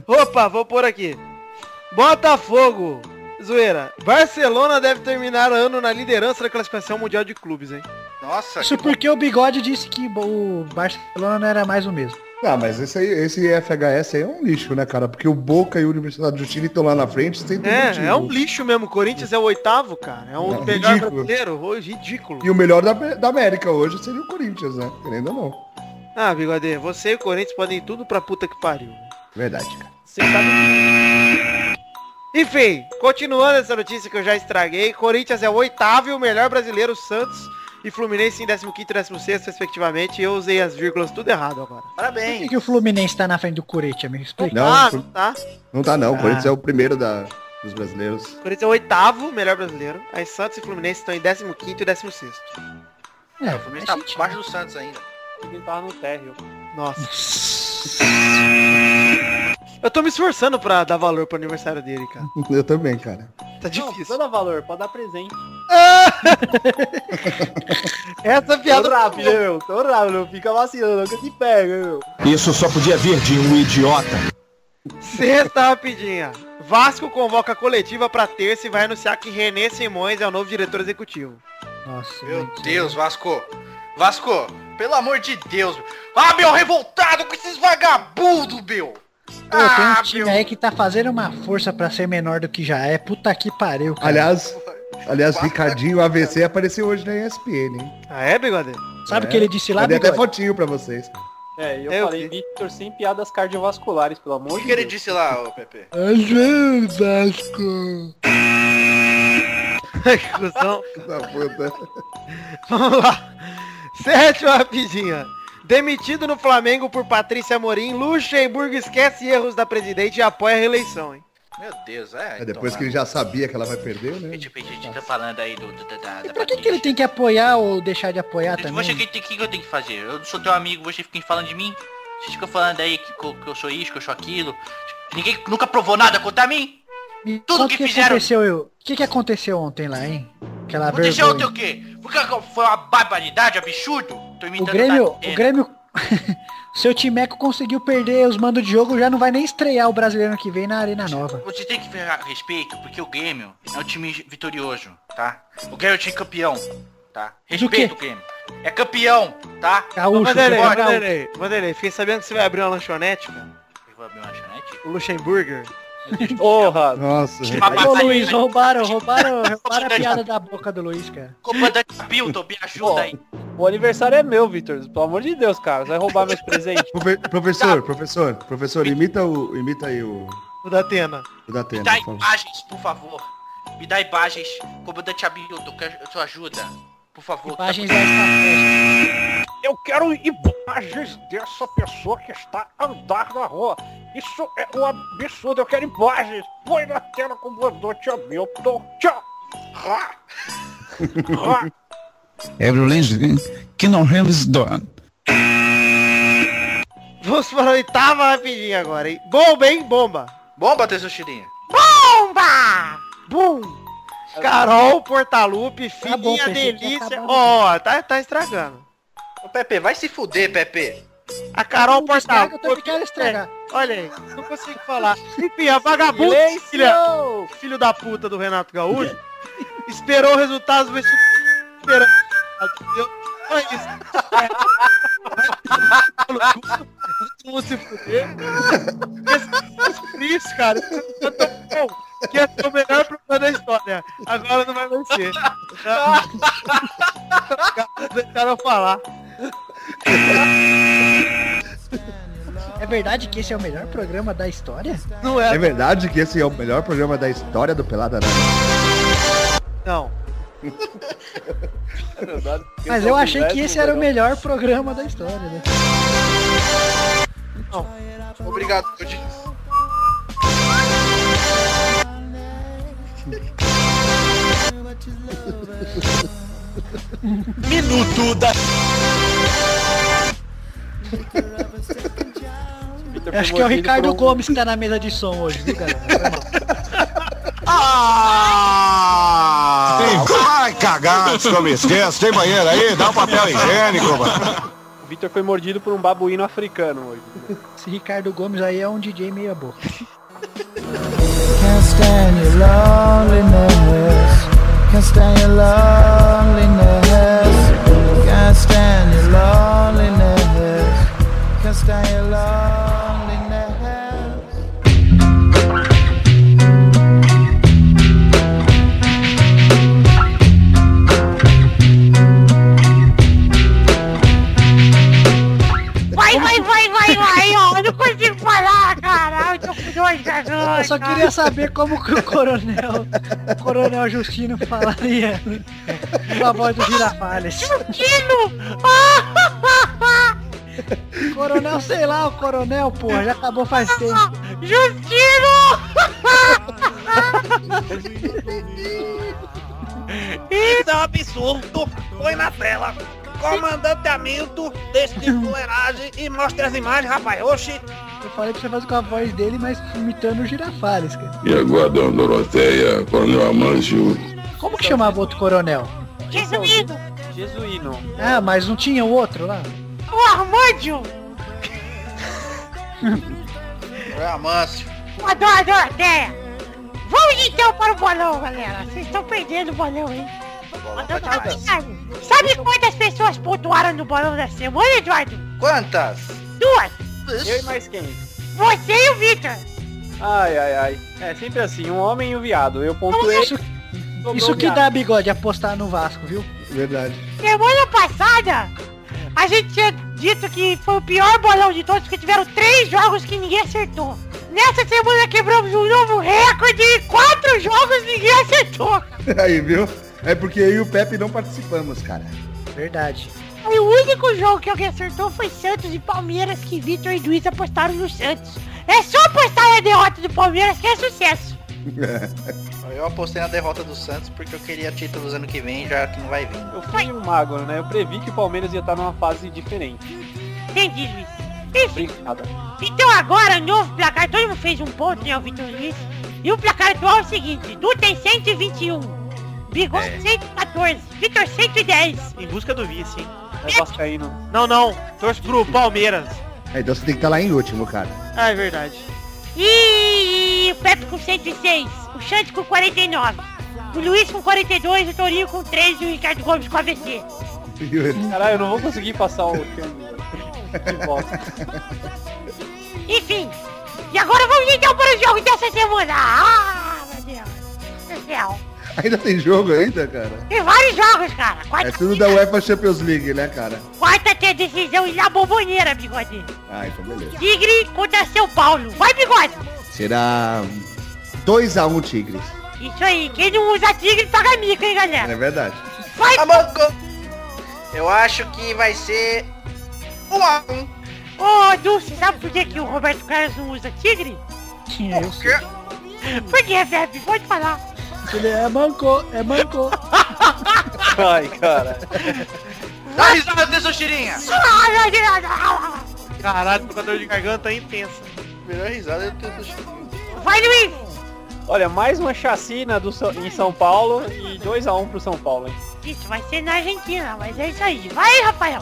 Opa, vou pôr aqui. Botafogo. Zoeira. Barcelona deve terminar ano na liderança da classificação mundial de clubes, hein?
Nossa,
Isso
que
porque o Bigode disse que o Barcelona não era mais o mesmo.
Ah, mas esse, aí, esse FHS aí é um lixo, né, cara? Porque o Boca e o Universidade do Chile estão lá na frente sem ter
É,
motivo.
é um lixo mesmo. O Corinthians é o oitavo, cara. É um
É
melhor
ridículo.
brasileiro. Ô, Ridículo.
E o melhor da, da América hoje seria o Corinthians, né? Querendo ou não.
Ah, Bigode, você e o Corinthians podem ir tudo pra puta que pariu. tá
Verdade, cara.
Você sabe
Enfim, continuando essa notícia que eu já estraguei, Corinthians é o oitavo e o melhor brasileiro, Santos e Fluminense em 15 e 16 respectivamente. Eu usei as vírgulas tudo errado agora.
Por que,
parabéns!
que o Fluminense tá na frente do Corinthians? Me explica.
Não,
ah,
Flu-
não tá.
Não tá não, o
Ah.
Corinthians é o primeiro da, dos brasileiros.
Corinthians é o oitavo melhor brasileiro. Aí Santos e Fluminense estão em 15 e 16.
É,
O
faz
Fluminense tá
sentido.
abaixo do Santos ainda.
que ele tava tá no térreo.
Nossa. Eu tô me esforçando pra dar valor pro aniversário dele, cara.
Eu também, cara.
Tá
Não,
difícil.
precisa dar valor, pode dar presente.
Essa
Tô
piada
rápido, né, meu. Tô rápido, meu. Fica vacilando, que eu te pego, né, meu.
Isso só podia vir de um idiota.
Sexta rapidinha. Vasco convoca a coletiva pra terça e vai anunciar que René Simões é o novo diretor executivo.
Nossa,
Meu
gente.
Deus, Vasco! Vasco, pelo amor de Deus! Ah, meu, revoltado com esses vagabundos, meu!
Pô, tem um time aí que tá fazendo uma força pra ser menor do que já é. Puta que pariu, cara.
Aliás, aliás, Ricardinho AVC apareceu hoje na ESPN, hein?
Ah, é, bigode?
Sabe o que ele disse lá,
Mandei até
Bigode?
fotinho pra vocês.
É, e eu
É, eu
falei, Victor, sem piadas cardiovasculares, pelo
O
amor
que,
de
que ele
Deus.
disse lá, ô Pepe?
Ajuda, Vasco.
Cusão.
Da puta.
Vamos lá. Sétima rapidinha. Demitido no Flamengo por Patrícia Amorim, Luxemburgo esquece erros da presidente e apoia a reeleição, hein?
Meu Deus, é.
É, depois que ele já sabia que ela vai perder, né?
Tipo, a gente tá falando aí do, do- da, da,
E
da
por que, que ele tem que apoiar ou deixar de apoiar
Patrícia. Você
também?
que tem que, que eu tenho que fazer? Eu sou teu amigo, você fica falando de mim? Vocês ficam falando aí que, que eu sou isso, que eu sou aquilo. Ninguém nunca provou nada contra mim?
Me
Tudo
conta o
que
que,
fizeram-
aconteceu, eu. O que, que aconteceu ontem lá, hein? Aquela
Aconteceu ontem
vergonha.
o quê? Porque foi uma barbaridade, absurdo?
O
Tô imitando
Grêmio,
Datena.
o Grêmio... Seu Timeco conseguiu perder os mandos de jogo, já não vai nem estrear o brasileiro que vem na Arena Nova.
Você tem que ver a respeito, porque o Grêmio é um time vitorioso, tá? O Grêmio é um time campeão, tá? Respeito o Grêmio. É campeão, tá?
Gaúcho,
Vanderlei,
futebol gaúcho.
Vanderlei, Vanderlei, fiquei sabendo que você vai abrir uma lanchonete, cara.
Eu vou abrir uma lanchonete.
O Luxemburger.
Porra,
Nossa.
Ô Luiz, roubaram, roubaram, roubaram a piada da boca do Luiz, cara.
Comandante Bilton, me ajuda aí.
o aniversário é meu, Victor. Pelo amor de Deus, cara. Você vai roubar meus presentes?
Profe- Professor, professor, professor, imita o. Imita aí o,
O da Atena.
o da
Me
Atena,
dá
por favor.
imagens, por favor. Me dá imagens. Comandante Abilton, quero sua ajuda. Por favor. tá
Imagens da estratégia.
Eu quero imagens dessa pessoa que está a andar na rua. Isso é um absurdo, eu quero imagens. Põe na tela com o comandante Hamilton. Tchau. Rá. Rá.
Vamos para a oitava rapidinha agora, hein? Bomba, hein? Bomba.
Bomba, Teus Tirinha.
Bomba! Bum! Carol Portalupe,
Acabou,
filhinha
Pepe,
delícia.
acabou.
Ó, tá, tá estragando.
Ô, Pepe, vai se fuder, Pepe.
A Carol
Não estraga, eu também
Portalupe.
quero estragar.
Olha aí, não consigo falar. Enfim, a vagabunda, filha,
Silêncio!
filho da puta do Renato Gaúcho, esperou resultados, mas esperando. Olha isso. Todo mundo se fuder. Esse- Isso, cara. Eu tô bom. Que ia ser o melhor problema da história. Agora não vai mais ser. Deixaram eu falar.
É verdade que esse é o melhor programa da história?
Não
É
é,
verdade que esse é o melhor programa da história do Pelada né?
não.
Mas eu achei que esse era o melhor programa da história, né?
Obrigado, eu te-
Victor foi
Acho que é o
mordido
Ricardo
por um-
Gomes que tá na mesa de som hoje, viu, galera? Foi mal.
Ah, Vai cagar, se eu me esqueço. Tem banheiro aí? Dá um papel higiênico, mano.
O Victor foi mordido por um babuíno africano hoje.
Esse Ricardo Gomes aí é um DJ meia boca.
Vai, vai, vai, vai, vai, ó. Eu não consigo falar, cara. Eu tô com dois da
Eu
noite.
só queria saber como que o coronel, o coronel Justino falaria né? com a voz do Girafales.
Tino!
Coronel, sei lá, o coronel, porra, já acabou faz tempo.
Justino! Isso é um absurdo! Põe na tela! Comandante Hamilton, desse de fuleiragem e mostra as imagens, rapaz. Oxi!
Eu falei pra você fazer com a voz dele, mas imitando o Girafales, cara.
E agora, dona Doroteia, é Coronel Amâncio?
Como que chamava outro coronel?
Jesuíno!
Jesuíno.
Ah, mas não tinha o outro lá?
O Armândio!
É Amâncio.
Eu Adoro, adoro a
né?
ideia! Vamos então para o bolão, galera! Vocês estão perdendo o bolão, hein? Mandando mensagem. Sabe quantas pessoas pontuaram no bolão da semana, Eduardo?
Quantas?
Duas!
Eu e mais quem?
Você e o Victor.
Ai, ai, ai. É sempre assim, um homem e um viado. Eu pontuei.
Isso-
sobrou
Isso
um
que
viado.
dá bigode, apostar no Vasco, viu?
Verdade.
Semana passada, a gente tinha dito que foi o pior bolão de todos, porque tiveram três jogos que ninguém acertou. Nessa semana quebramos um novo recorde e quatro jogos ninguém acertou.
Aí, viu? É porque eu e o Pepe não participamos, cara.
Verdade.
E o único jogo que alguém acertou foi Santos e Palmeiras, que Vitor e Luiz apostaram no Santos. É só apostar na derrota do Palmeiras que é sucesso.
Eu apostei na derrota do Santos porque eu queria títulos ano que vem, já que não vai vir.
Eu fui um mago, né? Eu previ que o Palmeiras ia estar numa fase diferente.
Entendi, Luiz. Enfim,
Obrigado.
então agora, novo placar, todo mundo fez um ponto, né, o Vitor Luiz? E o placar atual é o seguinte, Du tem 121, Bigode 114, Vitor 110.
Em busca do vice, hein?
É vascaíno.
Não, não. Torço pro Palmeiras.
É, então você tem que estar lá em último, cara.
Ah, é verdade.
E o Pepe com 106, o Xande com 49, o Luiz com 42, o Torinho com 3 e o Ricardo Gomes com AVC.
Caralho, eu não vou conseguir passar o filme. Que bosta.
Enfim, e agora vamos então para o jogo dessa semana. Ah, meu Deus do céu.
Ainda tem jogo ainda, cara?
Tem vários jogos, cara.
É
Quarta,
tudo da UEFA Champions League, né, cara?
quarta tem a decisão e na bomboneira, bigode.
Ah, então beleza.
Tigre contra São Paulo. Vai, bigode.
Será 2x1 Tigres.
Isso aí, quem não usa tigre paga mico, hein, galera.
É verdade.
Vai,
Eu acho que vai ser um a um.
Ô, Dulce, sabe por que, que o Roberto Carlos não usa tigre?
Sim, eu sei.
Por que, Pepe? Pode falar.
Ele é manco, é manco.
Ai, cara.
Dá risada dessa tirinha.
Ah, meu Deus.
Caralho, com a dor de garganta é intensa.
Melhor risada é do Teto
Vai, Luiz.
Olha, mais uma chacina do São- em São Paulo e 2x1 pro São Paulo, hein?
Isso vai ser na Argentina, mas é isso aí. Vai, Rafael.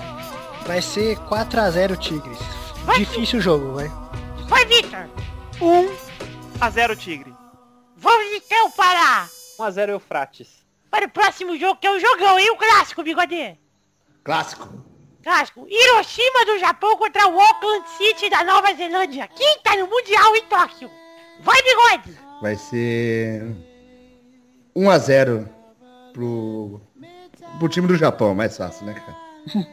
Vai ser 4x0 Tigres.
Vai.
Difícil o jogo, vai.
Vai, Victor.
1 a 0 Tigre.
Vamos então para,
1x0 Eufrates.
para o próximo jogo, que é o jogão, hein? O clássico, bigode.
Clássico.
Clássico. Hiroshima do Japão contra o Auckland City da Nova Zelândia. Quinta no Mundial em Tóquio. Vai, bigode.
Vai ser 1x0 pro... pro time do Japão, mais fácil, né, cara?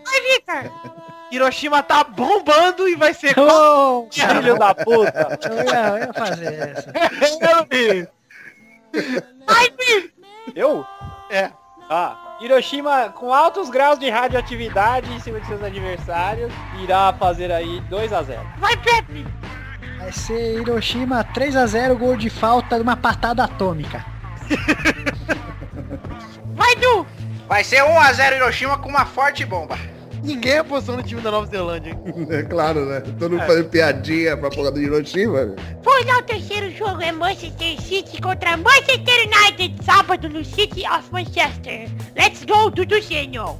Vai, Victor.
Hiroshima tá bombando e vai ser... quatro-
Oh,
Filho da puta!
eu, ia, eu ia fazer essa.
Vai, Luiz.
Eu? É. Ah, Hiroshima, com altos graus de radioatividade em cima de seus adversários, irá fazer aí 2x0.
Vai, Pepe.
Vai ser Hiroshima 3x0, gol de falta de uma patada atômica.
Vai, Du.
Vai ser 1x0 Hiroshima com uma forte bomba.
Ninguém apostou no time da Nova Zelândia, hein?
É claro, né? Todo mundo fazendo piadinha pra porra do Hiroshima. velho.
Pois é, o terceiro jogo é Manchester City contra Manchester United, sábado no City of Manchester. Let's go, Dudu Senhor.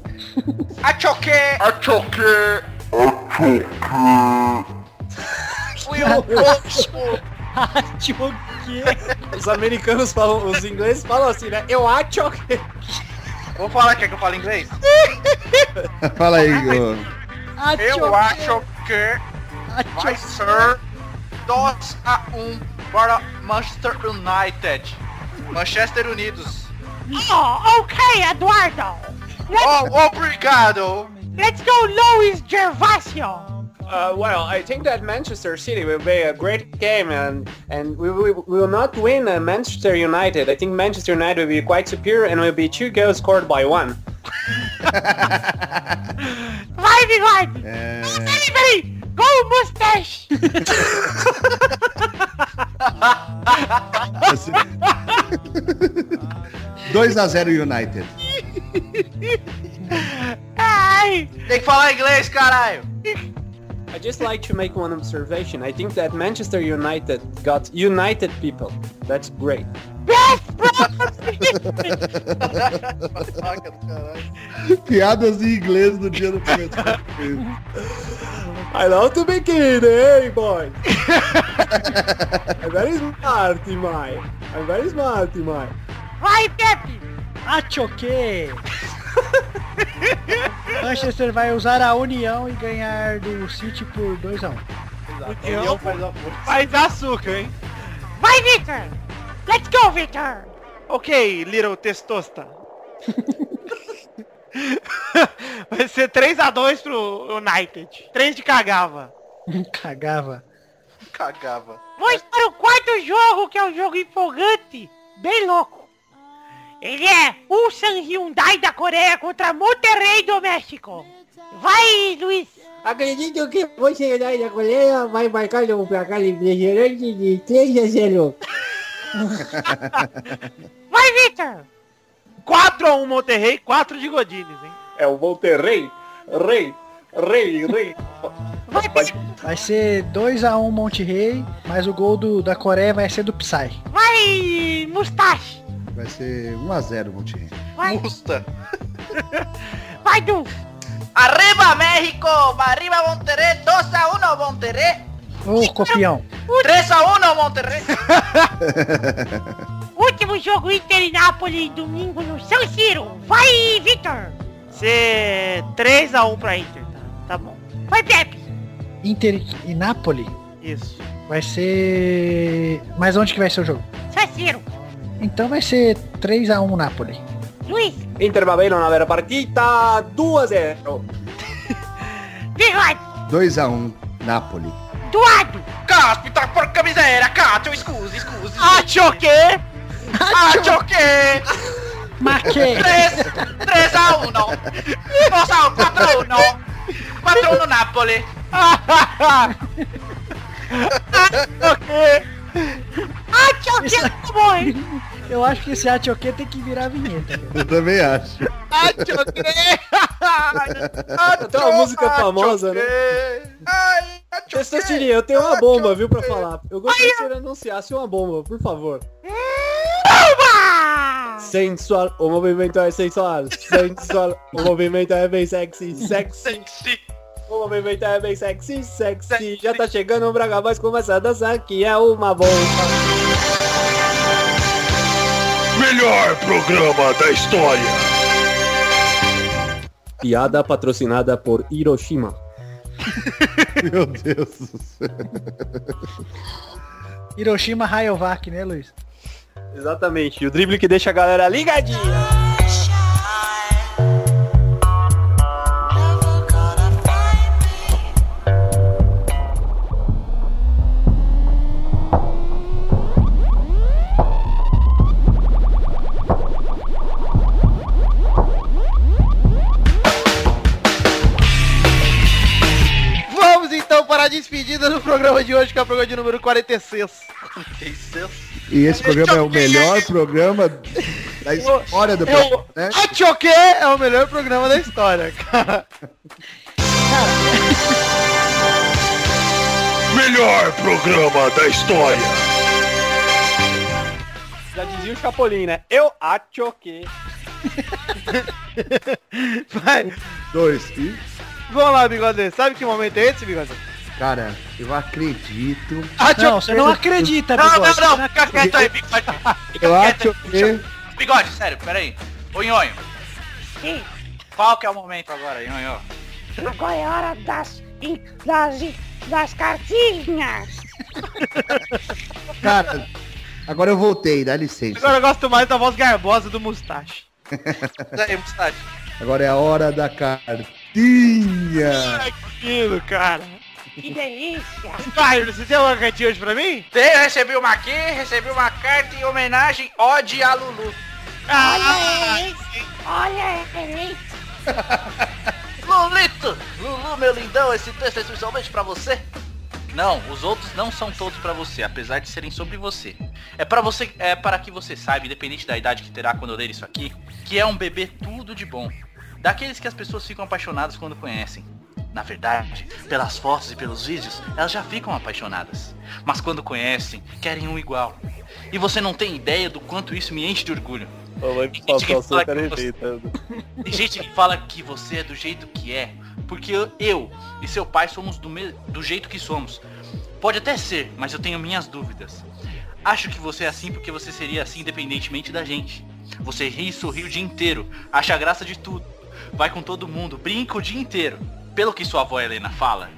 Achoque! Achoque!
tipo, que...
Os americanos falam, os ingleses falam assim, né? Eu acho que...
Vou falar, quer que eu fale inglês?
Fala aí, Igor.
Eu acho que vai ser 2x1 para Manchester United. Manchester Unidos.
Oh, ok, Eduardo. Let's,
Oh, obrigado!
let's go, Luiz Gervasio.
Uh, well, I think that Manchester City will be a great game and, and we, will- we will not win uh, Manchester United. I think Manchester United will be quite superior and will be two goals scored by one.
Vai, bigode.
É,
Peraí, peraí. Go, mustache.
vai ser- 2x0 United.
Ai,
Tem que falar inglês, caralho!
I just like to make one observation. I think that Manchester United got united people. That's great.
best brother.
Piadas em inglês no dia do começo.
I love to begin, hey boy. I'm very smart, Imai. I'm very smart, Imai.
Vai, Pepe.
Achoque! Manchester vai usar a união e ganhar do City por 2x1.
O
União
União
faz a
faz açúcar, hein?
Vai, Victor! Let's go, Victor!
Ok, Little Testosta. Vai ser 3x2 pro United. 3 de cagava.
um. Cagava.
Cagava.
Vamos para o quarto jogo, que é um jogo empolgante, bem louco. Ele é Ulsan Hyundai da Coreia contra Monterrey do México. Vai, Luiz.
Acredito que você da da Coreia vai marcar um placar impressionante de 3 a 0.
Vai, Victor.
4x1 Monterrey, 4 de Godines, hein?
É o Monterrey. Rei. Rei, rei.
Vai ser 2x1 Monte Rei, mas o gol do, da Coreia vai ser do Psy.
Vai, Mustache.
Vai ser 1x0, Montinho.
Vai.
Musta.
Vai, Du.
Arriba México, arriba Monterrey, 2 a 1 Monterrey,
Ô, copião.
3 a 1 Monterrey.
Último jogo Inter e Nápoles, domingo no São Ciro. Vai, Victor.
Ser 3x1 pra Inter, tá? Tá bom.
Vai, Pepe.
Inter e Napoli.
Isso.
Vai ser. Mas onde que vai ser o jogo?
São Ciro.
Então vai ser 3x1 Napoli.
Luiz.
Inter va bene una vera partita, 2 a 0.
Bigode.
2x1, Napoli.
Duarte.
Caspita, porca miseria, cacchio, scusi, scusi.
Accio che?
Accio che?
Ma che?
3, 3 a 1. 4 a 1. 4 a 1 Napoli.
ok.
Atioque
Isso-
tá bom, hein?
Eu acho que esse Atioque tem que virar a vinheta. cara.
Eu também acho.
Até uma música famosa, né? Testosterinha, eu tenho uma bomba, viu, pra falar. Eu gostaria que você anunciasse uma bomba, por favor. Sensual, o movimento é sensual. Sensual, o movimento é bem sexy, sexy. O movimento é bem sexy, sexy. Já tá chegando o Braga Boys, começa a dançar, que é uma bomba.
Melhor programa da história.
Piada patrocinada por Hiroshima.
Meu Deus do céu.
Hiroshima Rayovac, né, Luiz?
Exatamente, e o drible que deixa a galera ligadinha.
Vamos então para a despedida do programa de hoje, que é o programa de número 46.
E esse programa é o melhor programa da história do
É o
programa, né?
Atioque é o melhor programa da história, cara.
Melhor programa da história.
Já dizia o Chapolin, né? Eu acho que...
Vai.
Dois. E,
Vamos lá, Bigode. Sabe que momento é esse, Bigode? Ah,
cara, eu acredito.
Atioque.
você não acredita,
Não,
Bigode.
não, não, fica quieto aí, bigode.
Eu acho que.
Bigode, sério, peraí. Ô, Nhonho,
Sim,
qual que é o momento agora, Nhonho?
agora é hora das, in- das, in- das cartinhas.
Cara, agora eu voltei, dá licença.
Agora eu gosto mais da voz garbosa do Mustache.
Daí, Mustache.
Agora é a hora da cartinha.
Aquilo, cara.
Que delícia.
Vai, você tem uma cartinha hoje pra mim?
Tem, recebi uma aqui, recebi uma carta em homenagem Ode a Lulu.
Olha ele, olha ele.
Lulito! Lulu, meu lindão, esse texto é especialmente pra você. Não, os outros não são todos pra você, apesar de serem sobre você. É para você, é para que você saiba, independente da idade que terá quando eu ler isso aqui, que é um bebê tudo de bom. Daqueles que as pessoas ficam apaixonadas quando conhecem. Na verdade, pelas fotos e pelos vídeos, elas já ficam apaixonadas. Mas quando conhecem, querem um igual. E você não tem ideia do quanto isso me enche de orgulho.
Ô, vai
Tem gente que
faltar o
fala
açúcar
que você-
ajeitando.
Tem gente que fala que você é do jeito que é, porque eu, eu e seu pai somos do, me- do jeito que somos. Pode até ser, mas eu tenho minhas dúvidas. Acho que você é assim porque você seria assim independentemente da gente. Você ri e sorri o dia inteiro, acha graça de tudo, vai com todo mundo, brinca o dia inteiro. Pelo que sua avó Helena fala,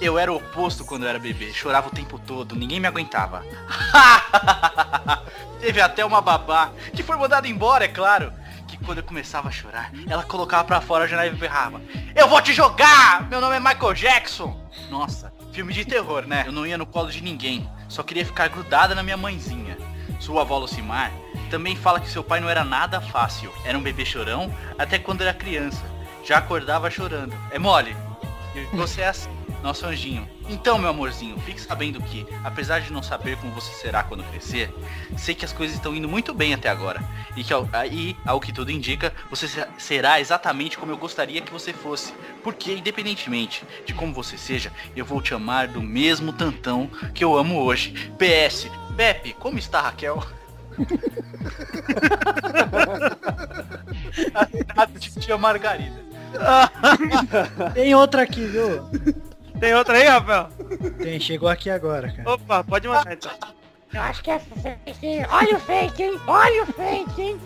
Eu era o oposto quando eu era bebê, chorava o tempo todo, ninguém me aguentava. Teve até uma babá, que foi mandada embora, é claro, que quando eu começava a chorar, ela colocava pra fora a janela e berrava. Eu vou te jogar! Meu nome é Michael Jackson! Nossa, filme de terror, né? Eu não ia no colo de ninguém, só queria ficar grudada na minha mãezinha. Sua avó Lucimar também fala que seu pai não era nada fácil, era um bebê chorão até quando era criança. Já acordava chorando. É mole. E Você é assim, nosso anjinho. Então, meu amorzinho, fique sabendo que, apesar de não saber como você será quando crescer, sei que as coisas estão indo muito bem até agora. E que, ao, aí, ao que tudo indica, você se- será exatamente como eu gostaria que você fosse. Porque, independentemente de como você seja, eu vou te amar do mesmo tantão que eu amo hoje. PS, Pepe, como está Raquel? Assinado de tia Margarida.
Tem outra aqui, viu?
Tem outra aí, Rafael?
Tem, chegou aqui agora, cara.
Opa, pode mandar então.
Eu acho que é fake, hein? Olha o fake, hein? Olha o fake, hein?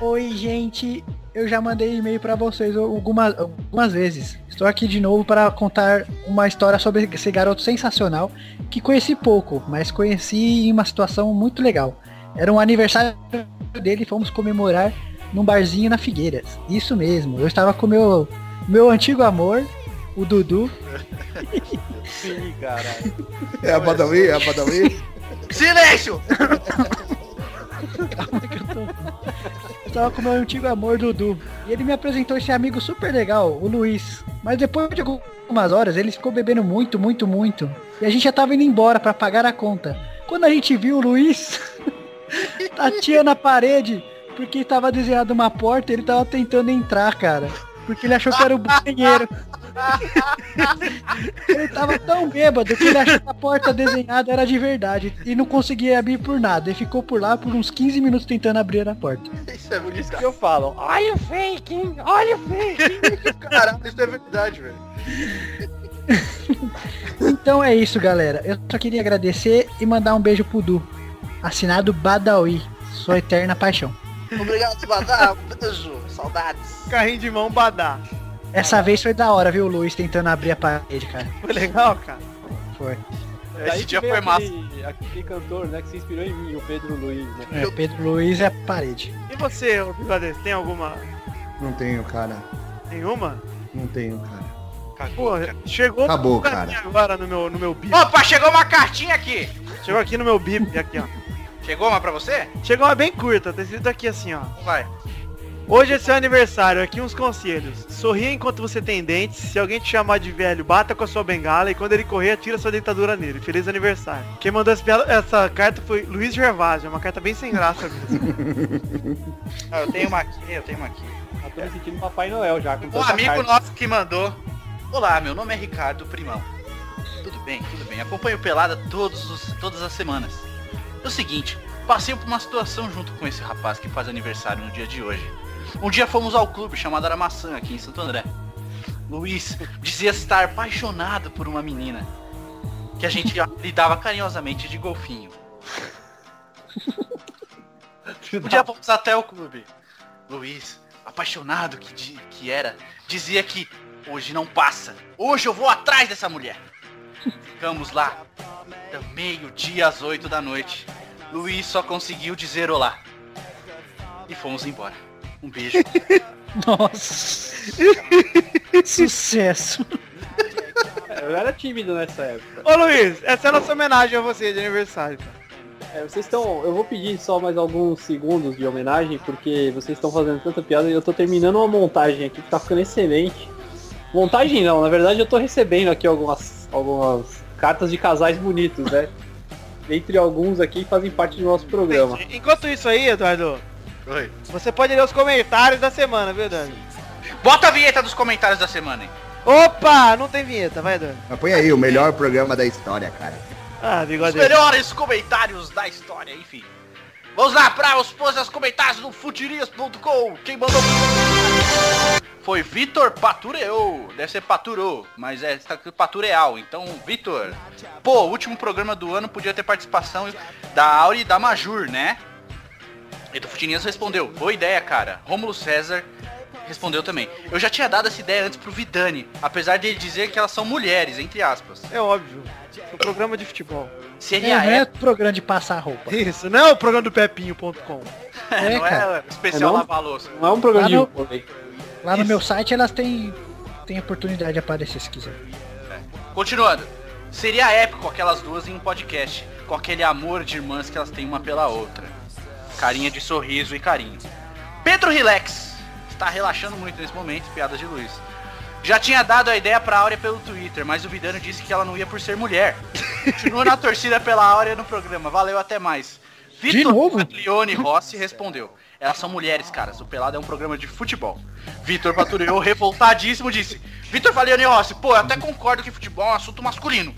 Oi, gente. Eu já mandei e-mail pra vocês algumas, algumas vezes. Estou aqui de novo para contar uma história sobre esse garoto sensacional que conheci pouco, mas conheci em uma situação muito legal. Era um aniversário dele e fomos comemorar num barzinho na Figueiras. Isso mesmo. Eu estava com meu meu antigo amor, o Dudu.
Ih, caralho.
É a Badawi, é a Badawi.
Silêncio!
é Eu tava com meu antigo amor Dudu. E ele me apresentou esse amigo super legal, o Luiz. Mas depois de algumas horas, ele ficou bebendo muito, muito, muito. E a gente já tava indo embora pra pagar a conta. Quando a gente viu o Luiz tateando na parede, porque tava desenhado uma porta, ele tava tentando entrar, cara. Porque ele achou que era o banheiro. ele tava tão bêbado que ele achou que a porta desenhada era de verdade. E não conseguia abrir por nada. E ficou por lá por uns 15 minutos tentando abrir a porta.
Isso é bonito.
que eu falo.
Olha o fake, hein? Olha o fake. hein?
Caralho, isso é verdade, velho.
Então é isso, galera. Eu só queria agradecer e mandar um beijo pro Du. Assinado Badawi, sua eterna paixão.
Obrigado, Badá. Um beijo. Saudades.
Carrinho de mão badá.
Essa vez foi da hora, viu, Luiz, tentando abrir a parede, cara.
Foi legal, cara?
Foi.
É,
Esse dia
que
foi
veio
massa.
Aquele, aquele cantor, né, que se inspirou em mim, o Pedro Luiz, né?
É, Pedro Luiz é a parede.
E você, ô Bigode, tem alguma?
Não tenho, cara.
Nenhuma?
Não tenho, cara.
Pô, chegou
Acabou,
tudo
cara.
aqui agora no meu, no meu bip.
Opa, chegou uma cartinha aqui!
Chegou aqui no meu bip, aqui, ó.
Chegou uma pra você?
Chegou uma bem curta, tá escrito aqui assim, ó.
Vai.
Hoje é seu aniversário, aqui uns conselhos. Sorria enquanto você tem dentes, se alguém te chamar de velho, bata com a sua bengala e quando ele correr, atira sua dentadura nele. Feliz aniversário. Quem mandou essa, piada- essa carta foi Luiz Gervásio, é uma carta bem sem graça mesmo.
Ah, eu tenho uma aqui, eu tenho uma aqui.
Eu tô me sentindo Papai Noel já. Com
Um
tanta
amigo
carta.
nosso que mandou. Olá, meu nome é Ricardo Primão. Tudo bem, tudo bem. Acompanho Pelada todos os- todas as semanas. É o seguinte, passei por uma situação junto com esse rapaz que faz aniversário no dia de hoje. Um dia fomos ao clube chamado Aramaçã, aqui em Santo André. Luiz dizia estar apaixonado por uma menina que a gente lidava carinhosamente de golfinho. Um dia fomos até o clube. Luiz, apaixonado que, di- que era, dizia que hoje não passa. Hoje eu vou atrás dessa mulher. Ficamos lá até meio-dia às oito da noite. Luiz só conseguiu dizer olá. E fomos embora. Um beijo.
Nossa. Sucesso.
Eu era tímido nessa época.
Ô Luiz, essa é a nossa homenagem a você de aniversário.
É, vocês estão. Eu vou pedir só mais alguns segundos de homenagem, porque vocês estão fazendo tanta piada e eu tô terminando uma montagem aqui que tá ficando excelente. Montagem não, na verdade eu tô recebendo aqui algumas, algumas cartas de casais bonitos, né? Entre alguns aqui que fazem parte do nosso programa.
Enquanto isso aí, Eduardo,
Oi.
você pode ler os comentários da semana, viu, Eduardo?
Bota a vinheta dos comentários da semana, hein?
Opa, não tem vinheta, vai, Eduardo.
Mas põe aí o melhor programa da história, cara.
Ah,
Os
bigode.
melhores comentários da história, enfim. Vamos lá para os posts dos comentários do futirias.com. Quem mandou foi Vitor Patureu. Deve ser Paturou, mas é está escrito Patureal. Então, Vitor. Pô, último programa do ano podia ter participação da Auri e da Majur, né? E do Futirinhas respondeu, boa ideia, cara. Rômulo César respondeu também. Eu já tinha dado essa ideia antes pro Vidani, apesar dele dizer que elas são mulheres, entre aspas.
É óbvio. O programa de futebol.
Seria
não é programa de passar roupa.
Isso, não é o programa do Pepinho.com.
É,
não
cara.
é especial
É não?
lavar a louça.
Não é um programa de
Lá
Tá
no-
vôlei.
Lá no meu site elas têm, têm oportunidade de aparecer se quiser.
Continuando. Seria épico aquelas duas em um podcast, com aquele amor de irmãs que elas têm uma pela outra. Carinha de sorriso e carinho. Pedro Relax. Está relaxando muito nesse momento, piadas de Luiz. Já tinha dado a ideia pra Áurea pelo Twitter, mas o Vidano disse que ela não ia por ser mulher. Continua na torcida pela Áurea no programa. Valeu, até mais.
novo?
Leone Rossi respondeu. Elas são mulheres, caras. O Pelado é um programa de futebol. Vitor Paturiou, revoltadíssimo, disse. Vitor Valione Rossi, pô, eu até concordo que futebol é um assunto masculino.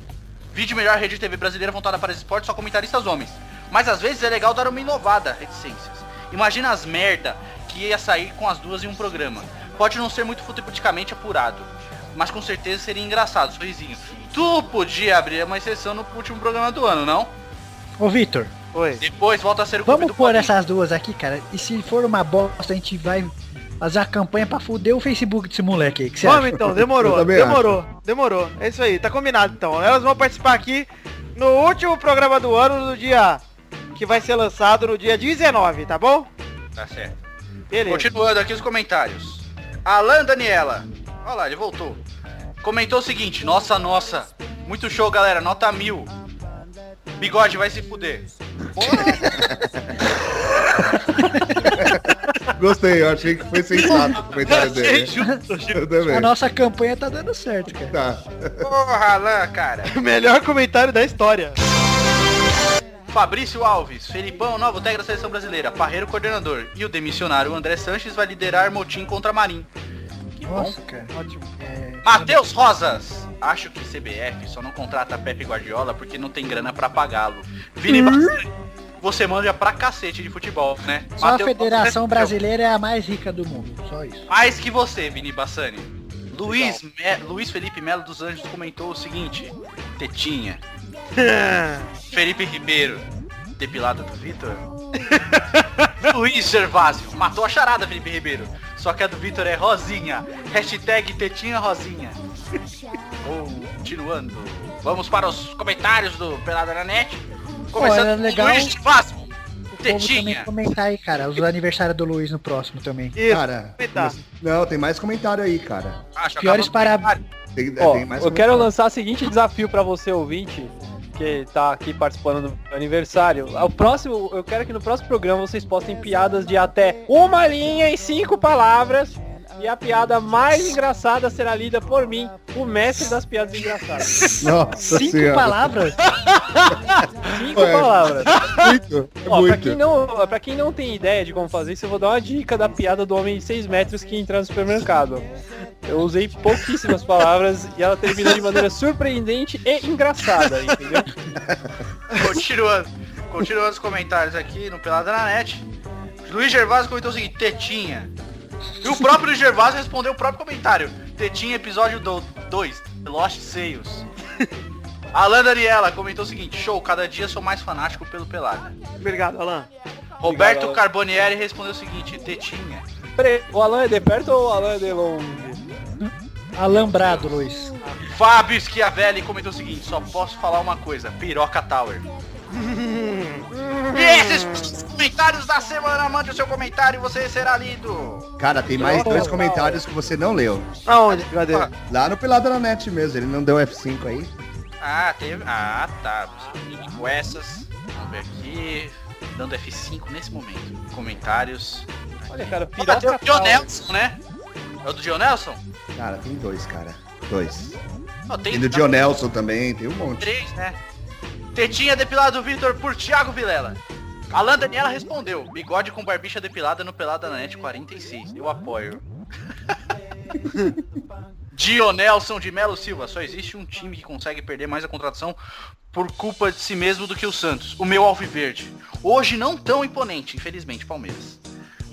Vídeo melhor rede de TV brasileira voltada para esporte, só comentaristas homens. Mas às vezes é legal dar uma inovada, reticências. Imagina as merda que ia sair com as duas em um programa. Pode não ser muito futebolicamente apurado, mas com certeza seria engraçado, sorrisinho. Tu podia abrir uma exceção no último programa do ano, não?
Ô Vitor,
Oi.
Depois volta a ser o clube
vamos
do
pôr essas duas aqui, cara. E se for uma bosta, a gente vai fazer a campanha pra fuder o Facebook desse moleque aí. Que você
Vamos
acha?
então,
Eu
demorou,
também acho.
demorou, demorou. É isso aí, tá combinado então. Elas vão participar aqui no último programa do ano, no dia que vai ser lançado no dia 19, tá bom?
Tá certo.
Beleza.
Continuando aqui os comentários. Alan Daniela. Olha lá, ele voltou. Comentou o seguinte, nossa, nossa. Muito show, galera. Nota mil. Bigode vai se fuder.
Gostei, eu achei que foi sensato o comentário dele. Eu
A
também.
nossa campanha tá dando certo, cara.
Tá.
Porra, Alan, cara.
Melhor comentário da história.
Fabrício Alves, Felipão, novo técnico da seleção brasileira, Parreiro coordenador. E o demissionário André Sanches vai liderar motim contra Marim.
Nossa, cara.
Ótimo.
Matheus Rosas, acho que CBF só não contrata Pepe Guardiola porque não tem grana pra pagá-lo.
Hum?
Vini Bastante, você manja pra cacete de futebol, né?
Só a
Matheus
Federação
Rosas-
Brasileira é a mais rica do mundo. Só isso.
Mais que você, Vini Bassani. Luiz, Me- Luiz Felipe Melo dos Anjos comentou o seguinte: Tetinha. Felipe Ribeiro, depilada do Vitor. Luiz Gervásio, matou a charada, Felipe Ribeiro. Só que a do Vitor é Rosinha. Hashtag Tetinha Rosinha. Continuando. Vamos para os comentários do Pelada na Net.
era
Começando com
legal.
Luiz Gervásio.
O povo também
Tetinha.
comentar aí, cara. Os aniversários do Luiz no próximo também.
Cara,
Tá.
não, tem mais comentário aí, cara.
Ah,
Piores parabéns.
Tem,
Ó,
tem É mais
eu quero
comentário.
lançar o seguinte desafio pra você, ouvinte, que tá aqui participando do meu aniversário. O próximo, eu quero que no próximo programa vocês postem piadas de até uma linha e cinco palavras. E a piada mais engraçada será lida por mim, o mestre das piadas engraçadas.
Nossa
Cinco
Senhora.
palavras? Cinco
Ué,
palavras.
Muito, é
Ó, pra,
muito.
quem não, pra quem não tem ideia de como fazer isso, eu vou dar uma dica da piada do homem de 6 metros que entra no supermercado. Eu usei pouquíssimas palavras e ela terminou de maneira surpreendente e engraçada, entendeu?
Continuando. Continuando os comentários aqui no Pelada na Net. Luiz Gervásio comentou o seguinte, tetinha. E o próprio Luiz Gervásio respondeu o próprio comentário. Tetinha, episódio 2, Lost Sales. Alan Daniela comentou o seguinte, show, cada dia sou mais fanático pelo Pelada.
Obrigado, Alan.
Roberto
Alan.
Carbonieri respondeu o seguinte, tetinha.
Peraí, o Alan é de perto ou o Alan é de longe?
Alambrado, Luiz.
Fábio Schiavelli comentou o seguinte, só posso falar uma coisa, piroca Tower. E esses são os comentários da semana, mande o seu comentário e você será lido.
Cara, tem mais
Não,
dois
não.
comentários que você não leu. Ah,
Aonde? Cadê?
Lá no Pelada na Net mesmo, ele não deu F5 aí.
Ah, teve. Ah, tá. Com essas. Vamos ver aqui. Dando F5 nesse momento. Comentários.
Olha, cara,
Ah, tem o Dionelson, né? É o do Dionelson?
Cara, tem dois, cara. Dois.
Não, tem tá.
Tem do John Nelson também, tem um monte.
três, né? Tetinha depilado Vitor por Thiago Vilela. Alan Daniela respondeu. Bigode com barbicha depilada no Pelada na Net 46. Eu apoio. Dionelson de Melo Silva. Só existe um time que consegue perder mais a contratação por culpa de si mesmo do que o Santos. O meu Alviverde. Hoje não tão imponente, infelizmente, Palmeiras.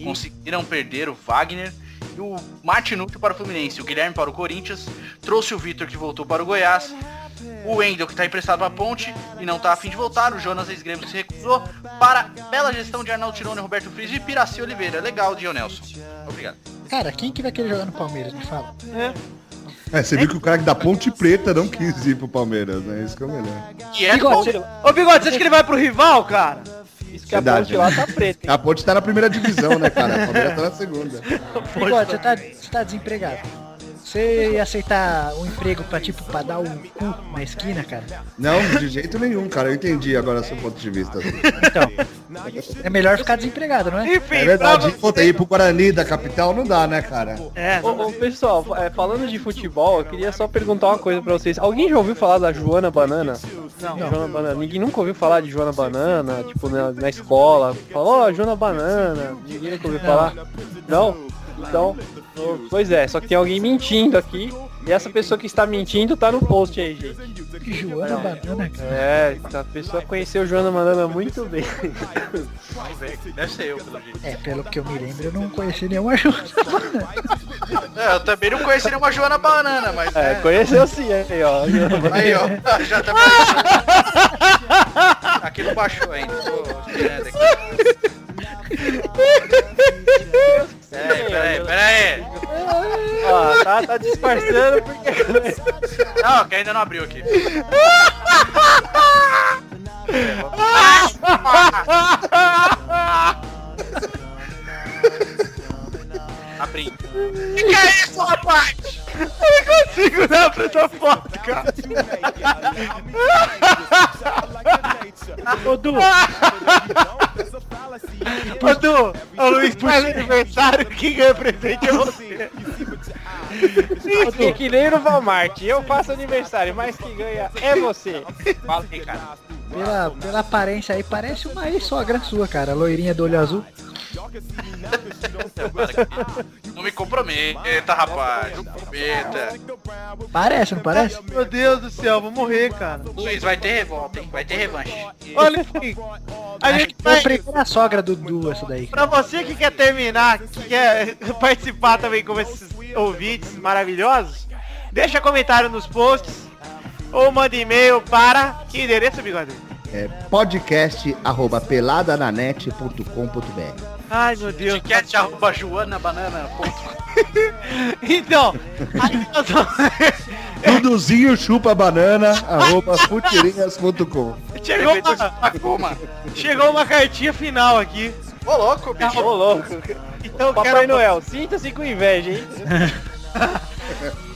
Conseguiram perder o Wagner e o Martinucci para o Fluminense, o Guilherme para o Corinthians, trouxe o Vitor que voltou para o Goiás, o Wendel que está emprestado para a Ponte e não está afim de voltar, o Jonas Esgrego se recusou para a bela gestão de Arnaldo Tirone, Roberto Friis e Piraci Oliveira. Legal, Dionelson. Obrigado.
cara, quem que vai querer jogar no Palmeiras? Me fala.
É, você viu que o cara da Ponte Preta não quis ir pro Palmeiras, né? Isso que é o melhor.
E é bom. Ô, Bigode, você acha que ele vai pro rival, cara? Isso que
Verdade,
a ponte
né?
lá tá preta.
A Ponte tá na primeira divisão, né, cara? A Palmeiras tá na segunda.
Bigode, você tá, você tá desempregado. Você ia aceitar um emprego pra, tipo, pra dar um cu na esquina, cara?
Não, de jeito nenhum, cara. Eu entendi agora seu ponto de vista.
É melhor ficar desempregado, não é?
É verdade. Puta, ir pro Guarani da capital não dá, né, cara?
É,
ô, ô, pessoal, é, falando de futebol, eu queria só perguntar uma coisa pra vocês. Alguém já ouviu falar da Joana Banana?
Não.
Joana Banana. Ninguém nunca ouviu falar de Joana Banana, tipo, na, na escola. Falou, ó, Joana Banana. Ninguém nunca ouviu falar. Não? Então, ô, pois é, só que tem alguém mentindo aqui. E essa pessoa que está mentindo tá no post aí, gente.
Joana Banana, cara.
É, a pessoa conheceu Joana Banana muito bem.
Vamos ver. Deve ser eu, pelo jeito.
É, pelo que eu me lembro, eu não conheci nenhuma Joana Banana.
É, eu também não conheci nenhuma Joana Banana, mas.
né,
É, conheceu sim, aí, ó.
Aí, ó. Já tá. aqui não baixou ainda. Tô esperando aqui.
É,
Peraí, peraí, peraí.
Ó, tá, tá disfarçando porque.
Não, que ainda não abriu aqui. Abri.
Que que é isso, rapaz?
Eu não consigo dar pra essa foto, cara. Ô, Du. Ô, Du, o Luiz faz aniversário, quem ganha presente é você.
Porque que nem no Walmart, eu faço aniversário, mas quem ganha é você.
Fala aí, cara.
Pela, pela aparência aí, parece uma ex-sogra sua, cara. Loirinha do olho azul.
Não me comprometa, rapaz. Não comprometa.
Parece, não parece?
Meu Deus do céu, vou morrer, cara.
Luiz, vai ter revolta, hein? Vai ter revanche.
Olha, assim, a
Acho
gente
que foi
vai...
a primeira sogra do Du, essa daí.
Pra você que quer terminar, que quer participar também como esses ouvintes maravilhosos, deixa comentário nos posts ou manda e-mail para que endereço, Bigode?
É podcast@peladananet.com.br.
Ai, meu Deus.
Podcast arroba joanabanana.com.
Então, aí nós vamos-
Duduzinho chupa banana, arroba futirinhas.com.
chegou, uma,
Tacuma.
chegou uma cartinha final aqui.
Ô, louco, bicho.
Ô louco.
Então
Papai
quero,
Noel, sinta-se com inveja, hein?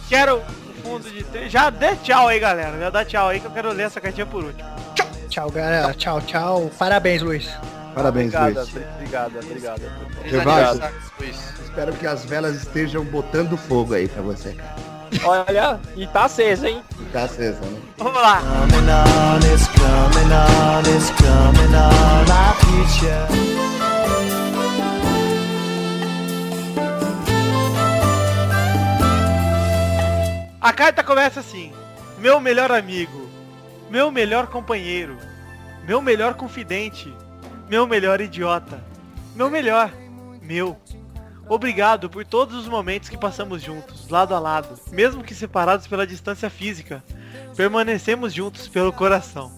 quero um fundo de três. Já dê tchau aí, galera. Já dá tchau aí que eu quero ler essa cartinha por último.
Tchau, galera. Tchau, tchau. Parabéns, Luiz.
Parabéns,
Obrigado,
Luiz.
obrigado, obrigado.
Gervásio,
Luiz.
espero que as velas estejam botando fogo aí pra você, cara.
Olha, e tá aceso, hein?
Tá acesa, né?
Vamos lá. A carta começa assim: Meu melhor amigo, meu melhor companheiro, meu melhor confidente, meu melhor idiota, meu melhor, meu. Obrigado por todos os momentos que passamos juntos, lado a lado, mesmo que separados pela distância física. Permanecemos juntos pelo coração.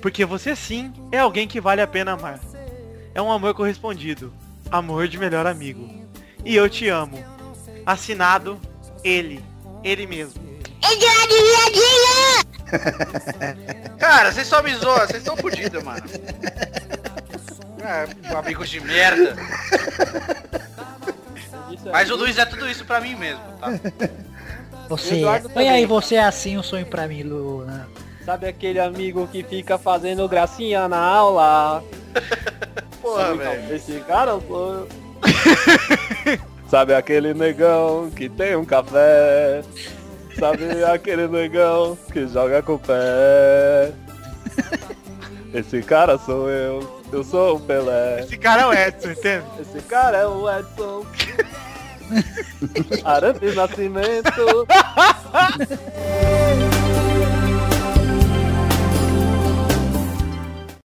Porque você sim é alguém que vale a pena amar. É um amor correspondido, amor de melhor amigo. E eu te amo. Assinado ele, ele mesmo.
Cara, vocês só me zoam, vocês estão fodidos, mano.
um
É, amigos de merda.
Mas o Luiz é tudo isso pra mim mesmo, tá?
Você.
Eduardo
Põe
também.
aí, você é assim um sonho pra mim, Lu. né?
Sabe aquele amigo que fica fazendo gracinha na aula?
Porra, velho.
Esse cara pô. Sabe aquele negão que tem um café? Sabe aquele negão que joga com o pé? Esse cara sou eu, eu sou o Pelé.
Esse cara é o Edson, entende?
Esse cara é o Edson. Arantes Nascimento.